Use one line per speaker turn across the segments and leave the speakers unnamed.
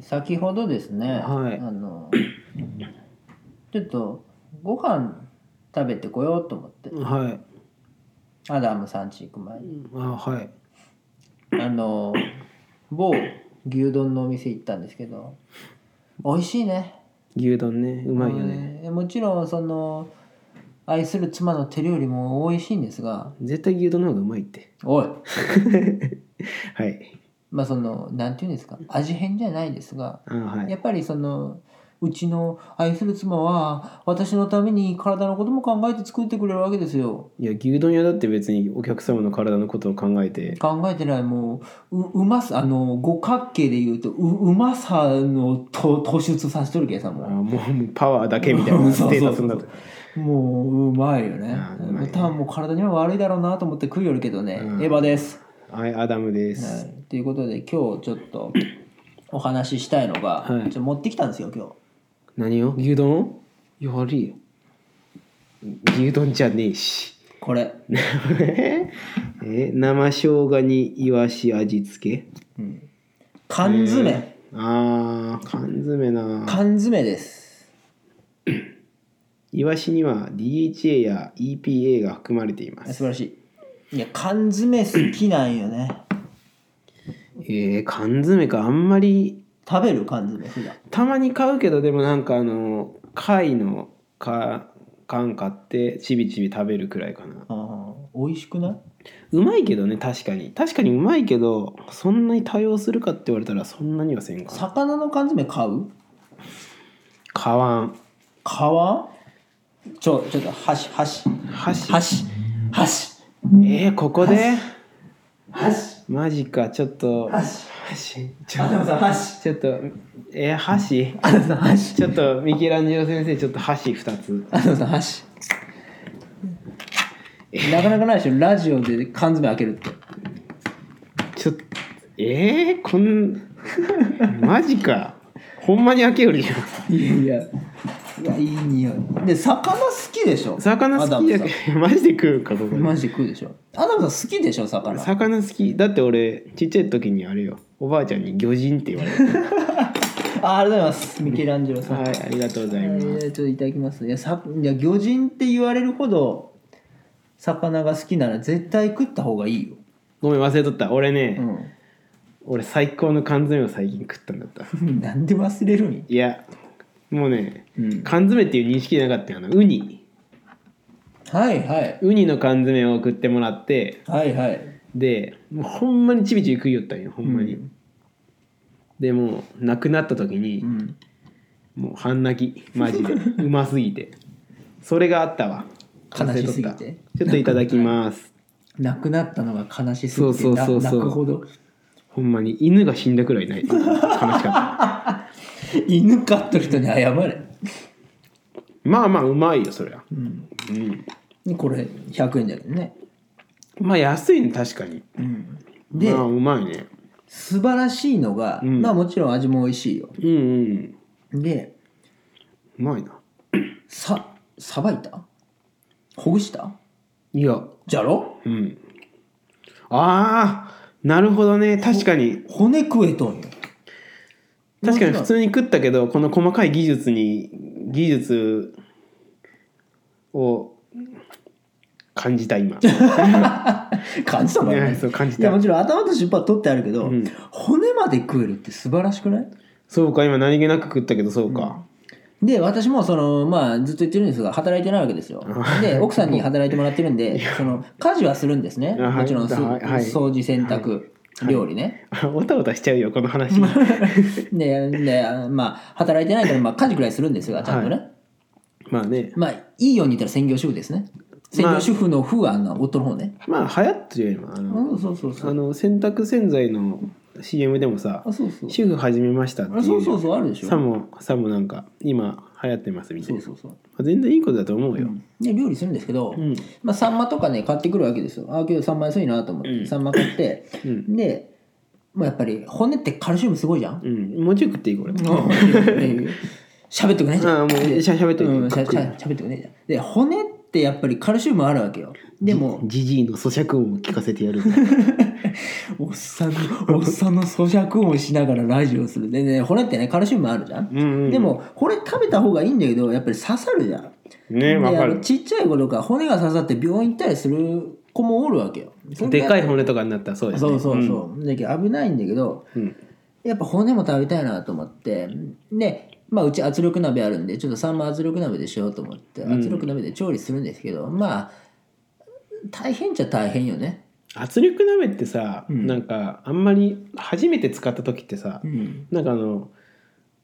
先ほどですね、
はい
あのちょっとご飯食べてこようと思って
はい
アダムさん家行く前に
あはい
あの某牛丼のお店行ったんですけど美味しいね
牛丼ねうまいよね、
うんもちろんその愛する妻の手料理も美味しいんですが
絶対牛丼の方がうまいって
おい
はい
まあそのなんていうんですか味変じゃないですが
あはい
やっぱりそのうちの愛する妻は私のために体のことも考えて作ってくれるわけですよ
いや牛丼屋だって別にお客様の体のことを考えて
考えてないもうううまさあの五角形でいうとううまさのと突出させとるけさ
あ
も
もうもうパワーだけみたいなステータスにな っ
そうそうう
て
もううまいよね
あうまいね
多分もう体には悪いだろうなと思って食いよるけどね、
うん
エヴァです、
はいアダムで
は
す、
い、ということで今日ちょっとお話ししたいのが、
は
ちょ
い
っと持ってきたんですよ今日。
何を牛丼をいや悪いよ牛丼じゃねえし
これ、
え生生姜にいわし味付け
うん、缶詰、
あー缶詰な
缶詰です
イワシには DHA や EPA が含まれていま
素
す。
晴らしいいや缶詰好きなんよね
えー、缶詰かあんまり
食べる缶詰普段
たまに買うけどでもなんかあの貝のか缶買ってちびちび食べるくらいかな。
あー美味しくないう
まいけどね確かに確かにうまいけどそんなに多用するかって言われたらそんなにはせんかな。
魚の缶詰買う
買わん。
買わんちょちょっと箸箸
箸。
箸箸
えー、ここで
箸
マジかちょっと
箸
箸ちょ
アダムさん箸
ちょっとえー、箸
アダムさん箸
ちょっとミケランジェロ先生ちょっと箸2つ。
アダムさん箸なかなかないでしょラジオで缶詰開けるって
ちょっとえー、こんマジか ほんまに開けよりじゃ
いやいやいやいい匂いで魚好きでしょ
ん魚
アダ
好き
ム
や
さん
けマジで食うかここで
マジで食うでしょアダムさん好きでしょ魚
魚好きだって俺ちっちゃい時にあれよおばあちゃんに魚人って言わ れて
あありがとうございますミケランジェロさん、
はいありがとうござ
え
います
ー、ちょっといただきますいやさいや魚人って言われるほど魚が好きなら絶対食った方がいいよ、
ごめん忘れとった俺ね、
う
俺最高の缶詰を最近食ったんだった
ん、なんで忘れるんや
いやもうね、
うん
缶詰っていう認識じゃなかったよなウニ
はいはい
ウニの缶詰を送ってもらって
はいはい
でもうほんまにちびちび食いよったんよほんまに、
うん
でもうなくなった時に、
うん
もう半泣き マジでうますぎてそれがあったわ
悲しすぎて
ちょっといただきます
なくなったのが悲しすぎて
そうそうそうそ
な
う
泣くほど
ほんまに犬が死んだくらいない悲しかった
犬飼ってる人に謝れ、
まあまあうまいよそりゃ
うん、
うん
これ100円だけどね、
まあ安いね確かに
うん、で、
まあうまいね
素晴らしいのが、
うん
まあもちろん味も美味しいよ
うんうん
で
うまいな
ささばいたほぐした
いや
じゃろ
うんあーなるほどね確かに
骨食えとんよ
確かに普通に食ったけどこの細かい技術に技術を感じた 今
感じたもん
いや
ね
そう感じ
いや
た
もちろん頭と尻尾は取ってあるけど、
うん
骨まで食えるって素晴らしくない
そうか今何気なく食ったけどそうか、
で私もそのまあずっと言ってるんですが働いてないわけですよで奥さんに働いてもらってるんでその家事はするんですね
あはい
もちろんす
はいはい
掃除洗濯、料理ね、
おたおたしちゃうよこの話
でであまあ働いてないからまあ家事くらいするんですがちゃんとね、
まあね
まあいいように言ったら専業主婦ですね専業主婦の夫はあの夫の方ね、
まあ流行ってるよ今あの,、
うんそうそうそう
あの洗濯洗剤の CM でもさ
あそうそう
主婦始めましたってい
あ
う
そうそうそうあるでしょ
さもさもなんか今流行ってますみたい
そう
な
そうそう
まあ全然いいことだと思うよ、
で料理するんですけど、
うん
まあ、サンマとかね買ってくるわけですよあ今日サンマ安いなと思って、
うん
サンマ買って、
うん
で、まあ、やっぱり骨ってカルシウムすごいじゃん
うん、もうちょい食っていいこれ、あ
喋っとくねじゃん
あもうしゃしゃべっといて、
うんしゃし
食っていい
ゃ喋っとくねじゃんで骨っってやっぱりカルシウムあるわけよでも
じじいの咀嚼音を聞かせてやる
おっさんのおっさんの咀嚼音しながらラジオするでね骨ってねカルシウムあるじゃん、
うんうんうん
でも骨食べた方がいいんだけどやっぱり刺さるじゃん
ね
で
わか
あ
る
のちっちゃい頃から骨が刺さって病院行ったりする子もおるわけよ
でかい
方
骨とかになったらそうですね
そうそうそう、だけど危ないんだけど
うん、うん
やっぱ骨も食べたいなと思ってで、まあ、うち圧力鍋あるんでちょっとサンマ圧力鍋でしようと思って
うん
圧力鍋で調理するんですけど、まあ大変っちゃ大変よね、
圧力鍋ってさ、
うん
なんかあんまり初めて使った時ってさ、
うん、
なんかあの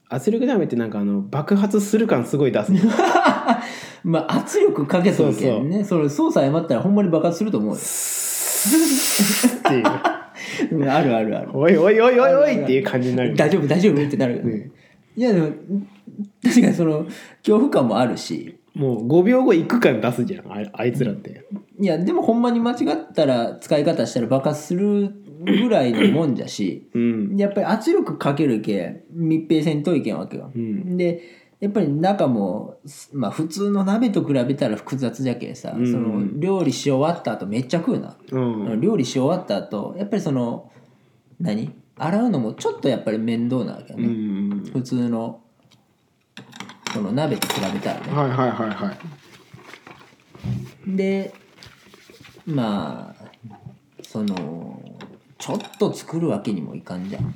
圧力鍋ってなんかあの爆発する感すごい出す
まあ圧力かけとるけんねそれ操作誤ったらほんまに爆発すると思うよ
っていう
うんあるあるある
おいおいおいおいおいっていう感じにな る
大丈夫大丈夫ってなるよね
ね
いやでも確かにその恐怖感もあるし
もう5秒後行く感出すじゃんああいつらって、
いやでもほんまに間違ったら使い方したら爆発するぐらいのもんじゃし
うん
やっぱり圧力かけるけ密閉せんといけんわけよ、
うん
でやっぱり中も、まあ、普通の鍋と比べたら複雑じゃけさ、
うん
その料理し終わった後めっちゃ食うな、
うん
料理し終わった後やっぱりその何洗うのもちょっとやっぱり面倒なわけよ
う
ね、
ん
普通のその鍋と比べたらね
はいはいはいはい
でまあそのちょっと作るわけにもいかんじゃん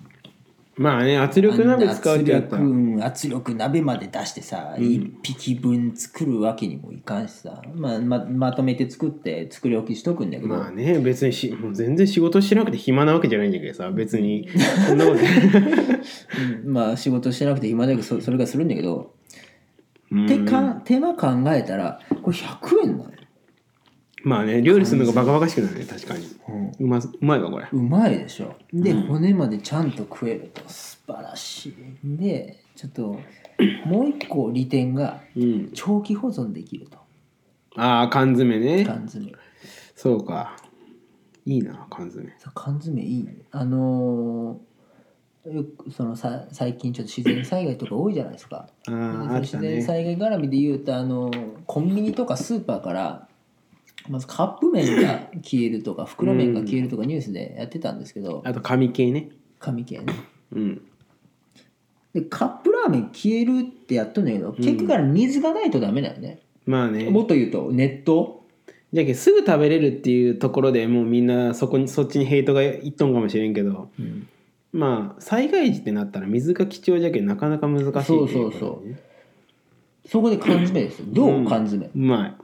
まあね圧力鍋使う人やった
圧
ら
力うん圧力鍋まで出してさ、一匹分作るわけにもいかんしさ、まあ、ままとめて作って作り置きしとくんだけど、
まあね別にしもう全然仕事してなくて暇なわけじゃないんだけどさ別にそんなこと
うんまあ仕事してなくて暇だけどそそれがするんだけど、
うん
てか手間考えたらこれ100円なのよ、
まあね料理するのがバカバカしくなるね確かに
うん
うまうまいわこれ
うまいでしょで、骨までちゃんと食えると素晴らしいでちょっともう一個利点が
うん
長期保存できると
ああ缶詰ね
缶詰
そうかいいな缶詰
そう缶詰いいねあのーよくそのさ最近ちょっと自然災害とか多いじゃないですか
あ
でそ
ー
の
あっ
自
た
然
ね
災害絡みで言うとあのーコンビニとかスーパーからまずカップ麺が消えるとか袋麺が消えるとかニュースでやってたんですけど
あと紙系ね
紙系ね
うん
でカップラーメン消えるってやっとんだけど結局から水がないとダメだよね、
まあね
もっと言うと熱湯
じゃけすぐ食べれるっていうところでもうみんなそこにそっちにヘイトがいっとんかもしれんけどまあ災害時ってなったら水が貴重じゃけなかなか難しいってい
そうそうそう
ことだね
そこで缶詰ですよどう、
うん
缶詰
うま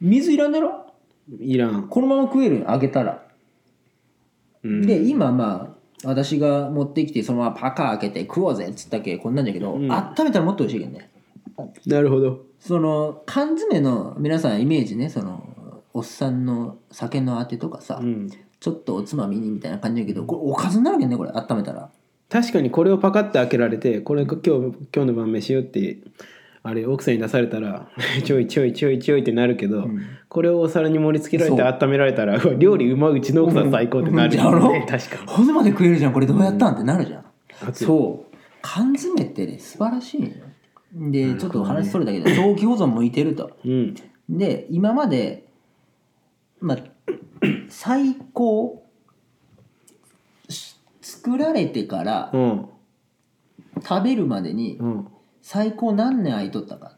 水いらんだろ
いいらん、
このまま食えるよ揚げたら、
うん、
で今まあ私が持ってきてそのままパカ開けて食おうぜっつったっけこんなんだけど、
うん
温めたらもっと美味しいけどね
なるほど
その缶詰の皆さんイメージねそのおっさんの酒のあてとかさ、
うん
ちょっとおつまみにみたいな感じだけどこれおかずになるけどねこれ温めたら
確かにこれをパカッて開けられてこれ今日今日の晩飯よってあれ奥さんに出されたら ちょいちょいちょいちょいってなるけど、これをお皿に盛り付けられて温められたらう わ料理うまいうちの奥さん最高ってなる
うんうんう
よ
ん
ね 確かに
骨まで食えるじゃんこれどうやったんってなるじゃん、
熱い
そう缶詰ってね素晴らしいのよで、ちょっと話それだけど長期保存向いてると
うん
で今までまあ最高し作られてから
うん
食べるまでに
うん
最高何年空いとったか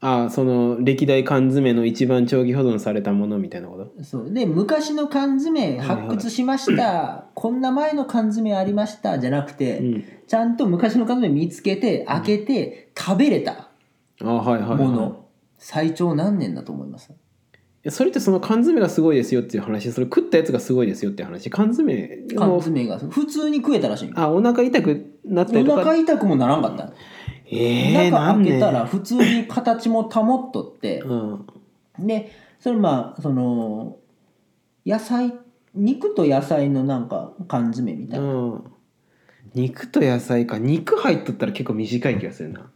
あその歴代缶詰の一番長期保存されたものみたいなこと
そうで昔の缶詰発掘しました、こんな前の缶詰ありましたじゃなくて、
うん
ちゃんと昔の缶詰見つけて開けて食べれた
あはいはい、
も
はい、
の、最長何年だと思います
いやそれってその缶詰がすごいですよっていう話それ食ったやつがすごいですよっていう話缶詰
缶
も
詰が普通に食えたらしいの
あお腹痛くなったりと
お
か
腹痛くもならんかったの
えー、
中
なん
開け
で
たら普通に形も保っとって
うん
でそれまあその野菜肉と野菜のなんか缶詰みたいな、
うん肉と野菜か肉入っとったら結構短い気がするな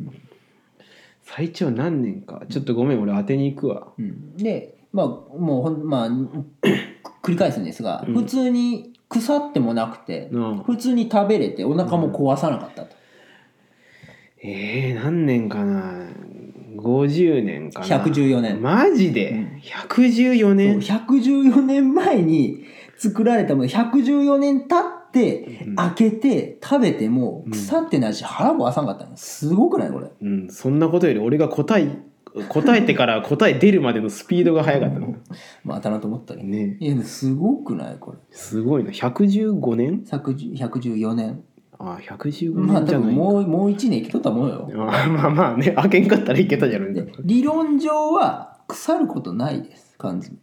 最長何年かちょっとごめん俺当てに行くわ
うんでまあもうほんまあ繰り返すんですが、普通に腐ってもなくて、
うん
普通に食べれてお腹も壊さなかったと、
えー、何年かな50年かな
114年
マジで、
うん
114年
そう114年前に作られたもの114年経って、
うん
開けて食べても
うん
腐ってないし、腹も浅んかったのすごくないこれ
うん、そんなことより俺が答え答えてから答え出るまでのスピードが速かったの
まあ当たらんと思ったけど
ね
いやすごくないこれ
すごいな115年
昨114年
あ115
まあ
年じ
多
ゃな
分
い
もうもう1年生きとったもんよ
あまあまあね開けんかったらいけたじゃない
で理論上は腐ることないです缶詰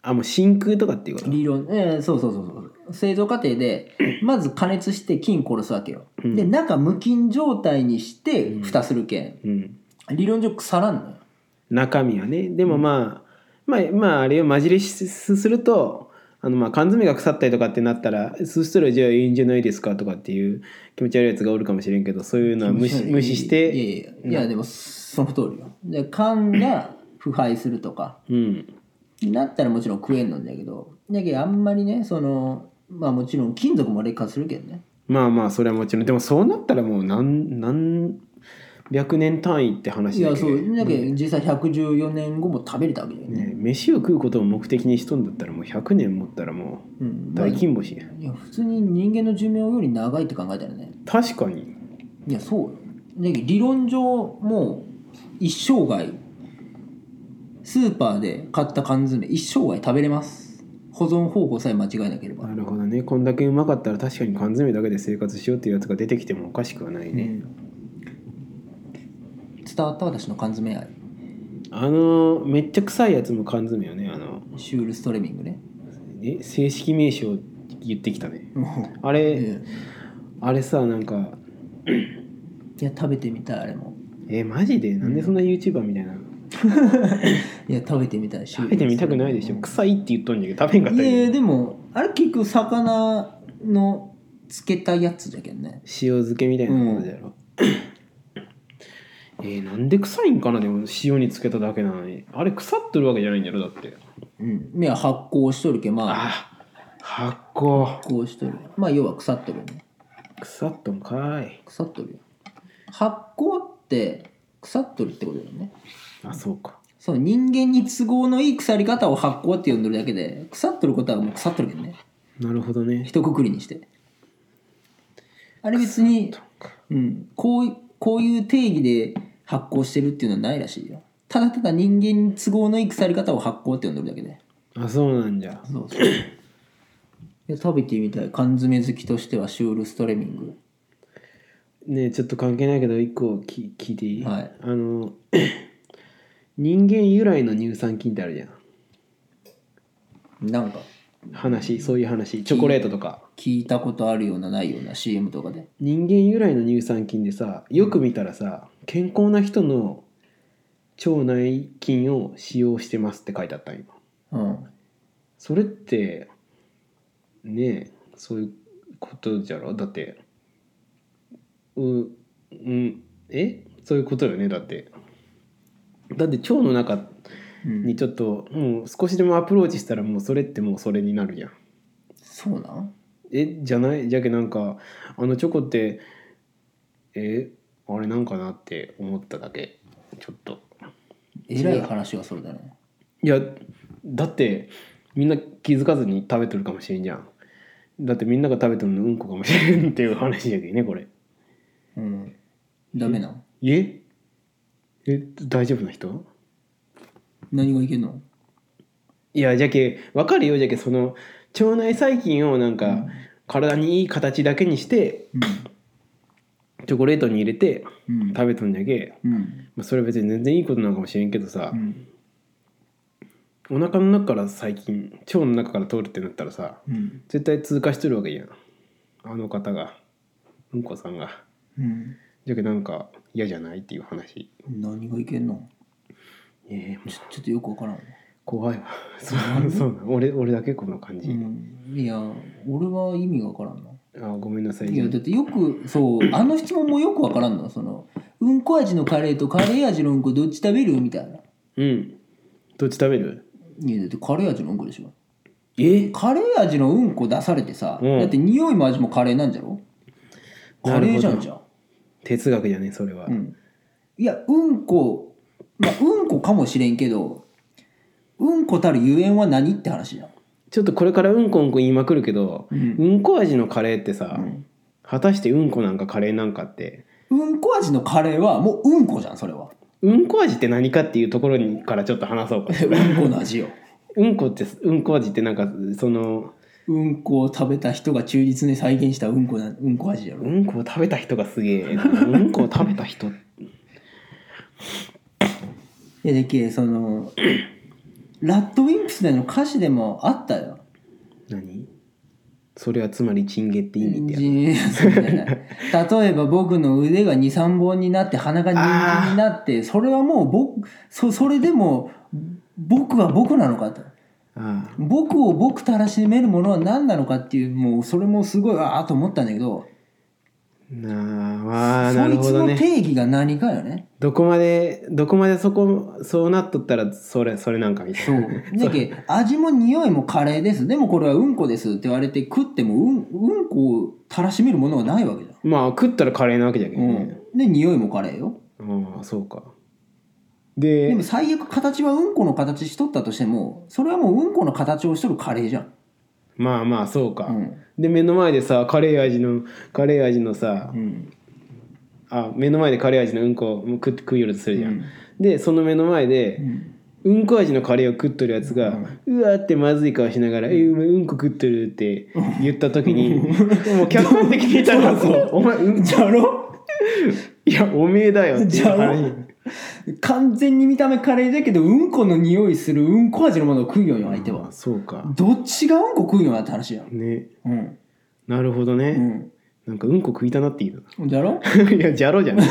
あもう真空とかっていうこと
理論えーそうそうそうそう製造過程 でまず加熱して菌殺すわけよ、
うん
で中無菌状態にして
うん
蓋するけん、
うん
理論上腐らんのよ
中身はねでもまあ、まあまああれを混じりしするとあのまあ缶詰が腐ったりとかってなったらそしたらじゃあいいんじゃないですかとかっていう気持ち悪いやつがおるかもしれんけどそういうのは無視無視し
いや
て
いやいやいやでもその通りよで缶が腐敗するとか
うん
なったらもちろん食えんのんだけどだけどあんまりねそのまあもちろん金属も劣化するけどね
まあまあそれはもちろんでもそうなったらもう何何百年単位って
い
話だ
や
けど
そうだけど実際114年後も食べれたわけだよね
ね飯を食うことを目的にしとんだったらもう100年持ったらも
うん
う
まあ
大
い
金星や
や普通に人間の寿命より長いって考えたらね
確かに
いやそうよだけど理論上もう一生涯スーパーで買った缶詰一生涯食べれます保存方法さえ間違えなければ
なるほどねこんだけうまかったら確かに缶詰だけで生活しようっていうやつが出てきてもおかしくはないね、
伝わった私の缶詰愛
あのめっちゃ臭いやつも缶詰よねあの
シュールストレミングね
え正式名称言ってきたねあ
え
れ、
え
あれさなんか
いや食べてみたいあれも
えマジでなんでそんな YouTuber みたいな、
いや食べてみたい食
食べてみたくないでしょ臭いって言っとんじゃけど食べんかっ
い
た
や
り
いやでもあれ結局魚のつけたやつじゃけんね
塩漬けみたいなものじゃろ、えーなんで臭いんかなでも塩につけただけなのにあれ腐っとるわけじゃないんだろだって
うんいや発酵しとるけんまあ
あ発酵
発酵しとるまあ要は腐っとるよね
腐っとんかい
腐っとるよ発酵って腐っとるってことだよね
あそうか
そう人間に都合のいい腐り方を発酵って呼んでるだけで腐っとることはもう腐っとるけどね
なるほどね
一括りにしてあれ別に、うん、こういこういう定義で発酵してるっていうのはないらしいよただただ人間に都合のいい腐り方を発酵って呼んでるだけで
あそうなんじゃ
そうそういや食べてみたい缶詰好きとしてはシュールストレミング
ねえちょっと関係ないけど一個き聞いていい、
はい
あの 人間由来の乳酸菌ってあるじゃん
なんか
話そういう話チョコレートとか
聞いたことあるようなないような CM とかで
人間由来の乳酸菌でさよく見たらさ健康な人の腸内菌を使用してますって書いてあったんよ
うん
それってねえそういうことじゃろだってううんえそういうことよねだってだって腸の中
うん
にちょっともう少しでもアプローチしたらもうそれってもうそれになるやん
そうなん
えじゃないじゃけなんかあのチョコってえあれなんかなって思っただけちょっと
えらい話はそれだね
いやだってみんな気づかずに食べてるかもしれんじゃんだってみんなが食べてるのうんこかもしれんっていう話やけどねこれ
うんダメなん
ええ大丈夫な人
何がいけんの
いやじゃけわかるよじゃけその腸内細菌をなんか、体にいい形だけにしてチョコレートに入れて
うんうん
食べとんじゃけ、
うん
まあ、それは別に全然いいことなのかもしれんけどさ
う、ん
お腹の中から細菌腸の中から通るってなったらさ
うん
絶対通過してるわけじゃんあの方がうんこさんが
うん
じゃけなんか嫌じゃないっていう話
何がいけんの
ええもう
ちょちょっとよくわからんわ、
怖い わそうそうなの俺俺だけこの感
う
じ、
ん、いや俺は意味がわからんな
あごめんなさい
いやだってよくそうあの質問もよくわからんのそのうんこ味のカレーとカレー味のうんこどっち食べるみたいな
うんどっち食べる
いやだってカレー味のうんこでしょ
え
カレー味のうんこ出されてさ、
うん
だって匂いも味もカレーなんじゃろカレーじゃんじゃん
哲学じゃねそれは、
うん、いやうんこまあ、うんこかもしれんけどうんこたるゆえんは何って話じゃん
ちょっとこれからうんこうんこ言いまくるけど、うん、こ味のカレーってさ、果たしてうんこなんかカレーなんかって
うんこ味のカレーはもううんこじゃんそれは
うんこ味って何かっていうところにからちょっと話そうか
うんこの味よ
うんこってうんこ味ってなんかその
うんこを食べた人が忠実に再現したうんこなうんこ味やろ
うんこを食べた人がすげえなうんこを食べた人
いやでけえその ラッドウィンプスでの歌詞でもあったよ
何それはつまりチンゲって意味ってやつ
人参そうじゃない例えば僕の腕が23本になって鼻が人参にな ってそれはもう僕そそれでも僕は僕なのかと
あ
僕を僕たらしめるものは何なのかっていうもうそれもすごいああと思ったんだけど
あなあまあな
そ
る
い
ほ
つ
ど
の
ね
定義が何かよね。
どこまでどこまでそこそうなっとったらそれそれなんかみたい
そう
な
だけ味も匂いもカレーですでもこれはうんこですって言われて食ってもうんうんこをたらしめるものはないわけじゃん。
まあ食ったらカレーなわけじゃけどね、
うん、で匂いもカレーよ。
ああそうか
で
で
も最悪形はうんこの形しとったとしてもそれはもううんこの形をしとるカレーじゃん。
まあまあそうか、
うん
で目の前でさカレー味のカレー味のさ、
うん
あ目の前でカレー味のうんこを食食いよるとするじゃん、
うん
でその目の前で、
うん
うんこ味のカレーを食っとるやつが、うわーってまずい顔しながら「えお前うんこ食っとる」って言った時に、もう客観的にい たらそうお前うん
じゃろ
いやおめえだよっていう話
完全に見た目カレーだけどうんこの匂いするうんこ味のものを食うよよ相手は
あ。そうか
どっちがうんこ食うよなって話やん。
ね
うん
なるほど
う
ね、
ん
なんかうんこ食いたなって言う
じゃろ
いやじゃろじゃない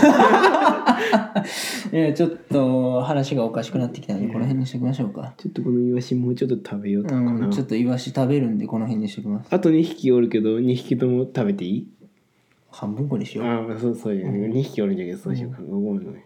えーちょっと話がおかしくなってきたのでこの辺にしておきましょうか。
ちょっとこのイワシもうちょっと食べようとかな、
うん、ちょっとイワシ食べるんでこの辺にしておきます。
あと2匹おるけど2匹とも食べていい
半分こにしよう。
ああそうそういう、2匹おるんじゃけどそうしようか、ごめんごめん